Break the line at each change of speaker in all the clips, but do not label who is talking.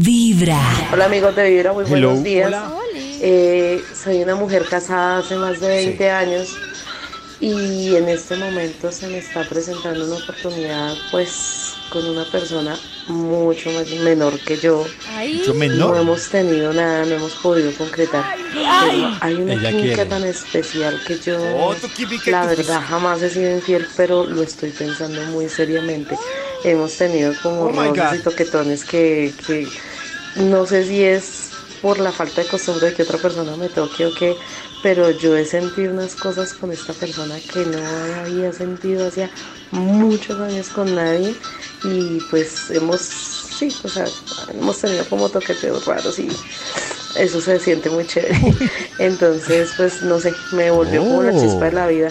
Vibra.
Hola amigos de Vibra, muy
Hello.
buenos días.
Hola.
Eh, soy una mujer casada hace más de 20 años y en este momento se me está presentando una oportunidad pues con una persona mucho más menor que yo.
Mucho
No
menor.
hemos tenido nada, no hemos podido concretar. Pero hay una
Ella
química
quiere.
tan especial que yo,
Oh, tu química y
la
tu
verdad, jamás he sido infiel, pero lo estoy pensando muy seriamente. Hemos tenido como
Oh my
roces
God.
y toquetones que, que no sé si es por la falta de costumbre de que otra persona me toque o qué, pero yo he sentido unas cosas con esta persona que no había sentido hacía muchos años con nadie y pues hemos, sí, o sea, hemos tenido como toqueteos raros y eso se siente muy chévere. Entonces, pues no sé, me volvió como la
Oh.
chispa de la vida.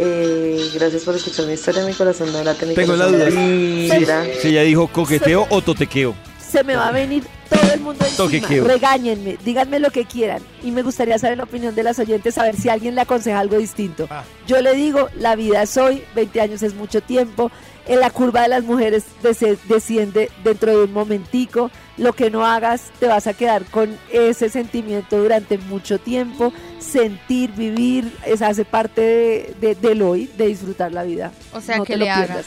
Eh, gracias por escuchar mi historia, mi corazón no late, mi
Tengo la
corazón
duda.
vibra.
Si ella dijo coqueteo o totequeo.
Se me va a venir todo el mundo encima.
Toquequeo.
Regáñenme, díganme lo que quieran. Y me gustaría saber la opinión de las oyentes, a ver si alguien le aconseja algo distinto.
Ah.
Yo le digo, la vida es hoy, 20 años es mucho tiempo. En la curva de las mujeres des- desciende dentro de un momentico. Lo que no hagas, te vas a quedar con ese sentimiento durante mucho tiempo. Sentir, vivir, es, hace parte de- de- del hoy, de disfrutar la vida.
O sea,
No
que
te lo
le
pierdas.
hagas.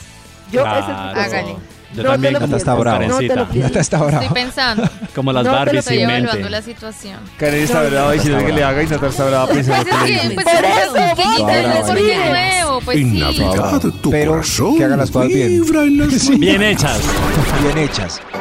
Yo,
Claro.
ese es mi
Hágale.
No
Yo
te
también
lo
como
pierdas. Hasta
Karencita.
bravo.
No te lo pierdas.
Nata está brava.
Estoy pensando,
Como las
No te lo
Barbies
estoy
sin
evaluando
mente.
la situación.
Karen está brava diciendo que le haga y Nata está brava
Pues
pensando que le
es que,
diga.
pues
Por
es
eso,
que
vos
quita
te
el
lo
deporte
pides.
nuevo, pues
En
sí.
Navidad, tu
Pero
corazón
que haga las cosas bien.
vibra en las
Sí.
Bien hechas.
Bien hechas.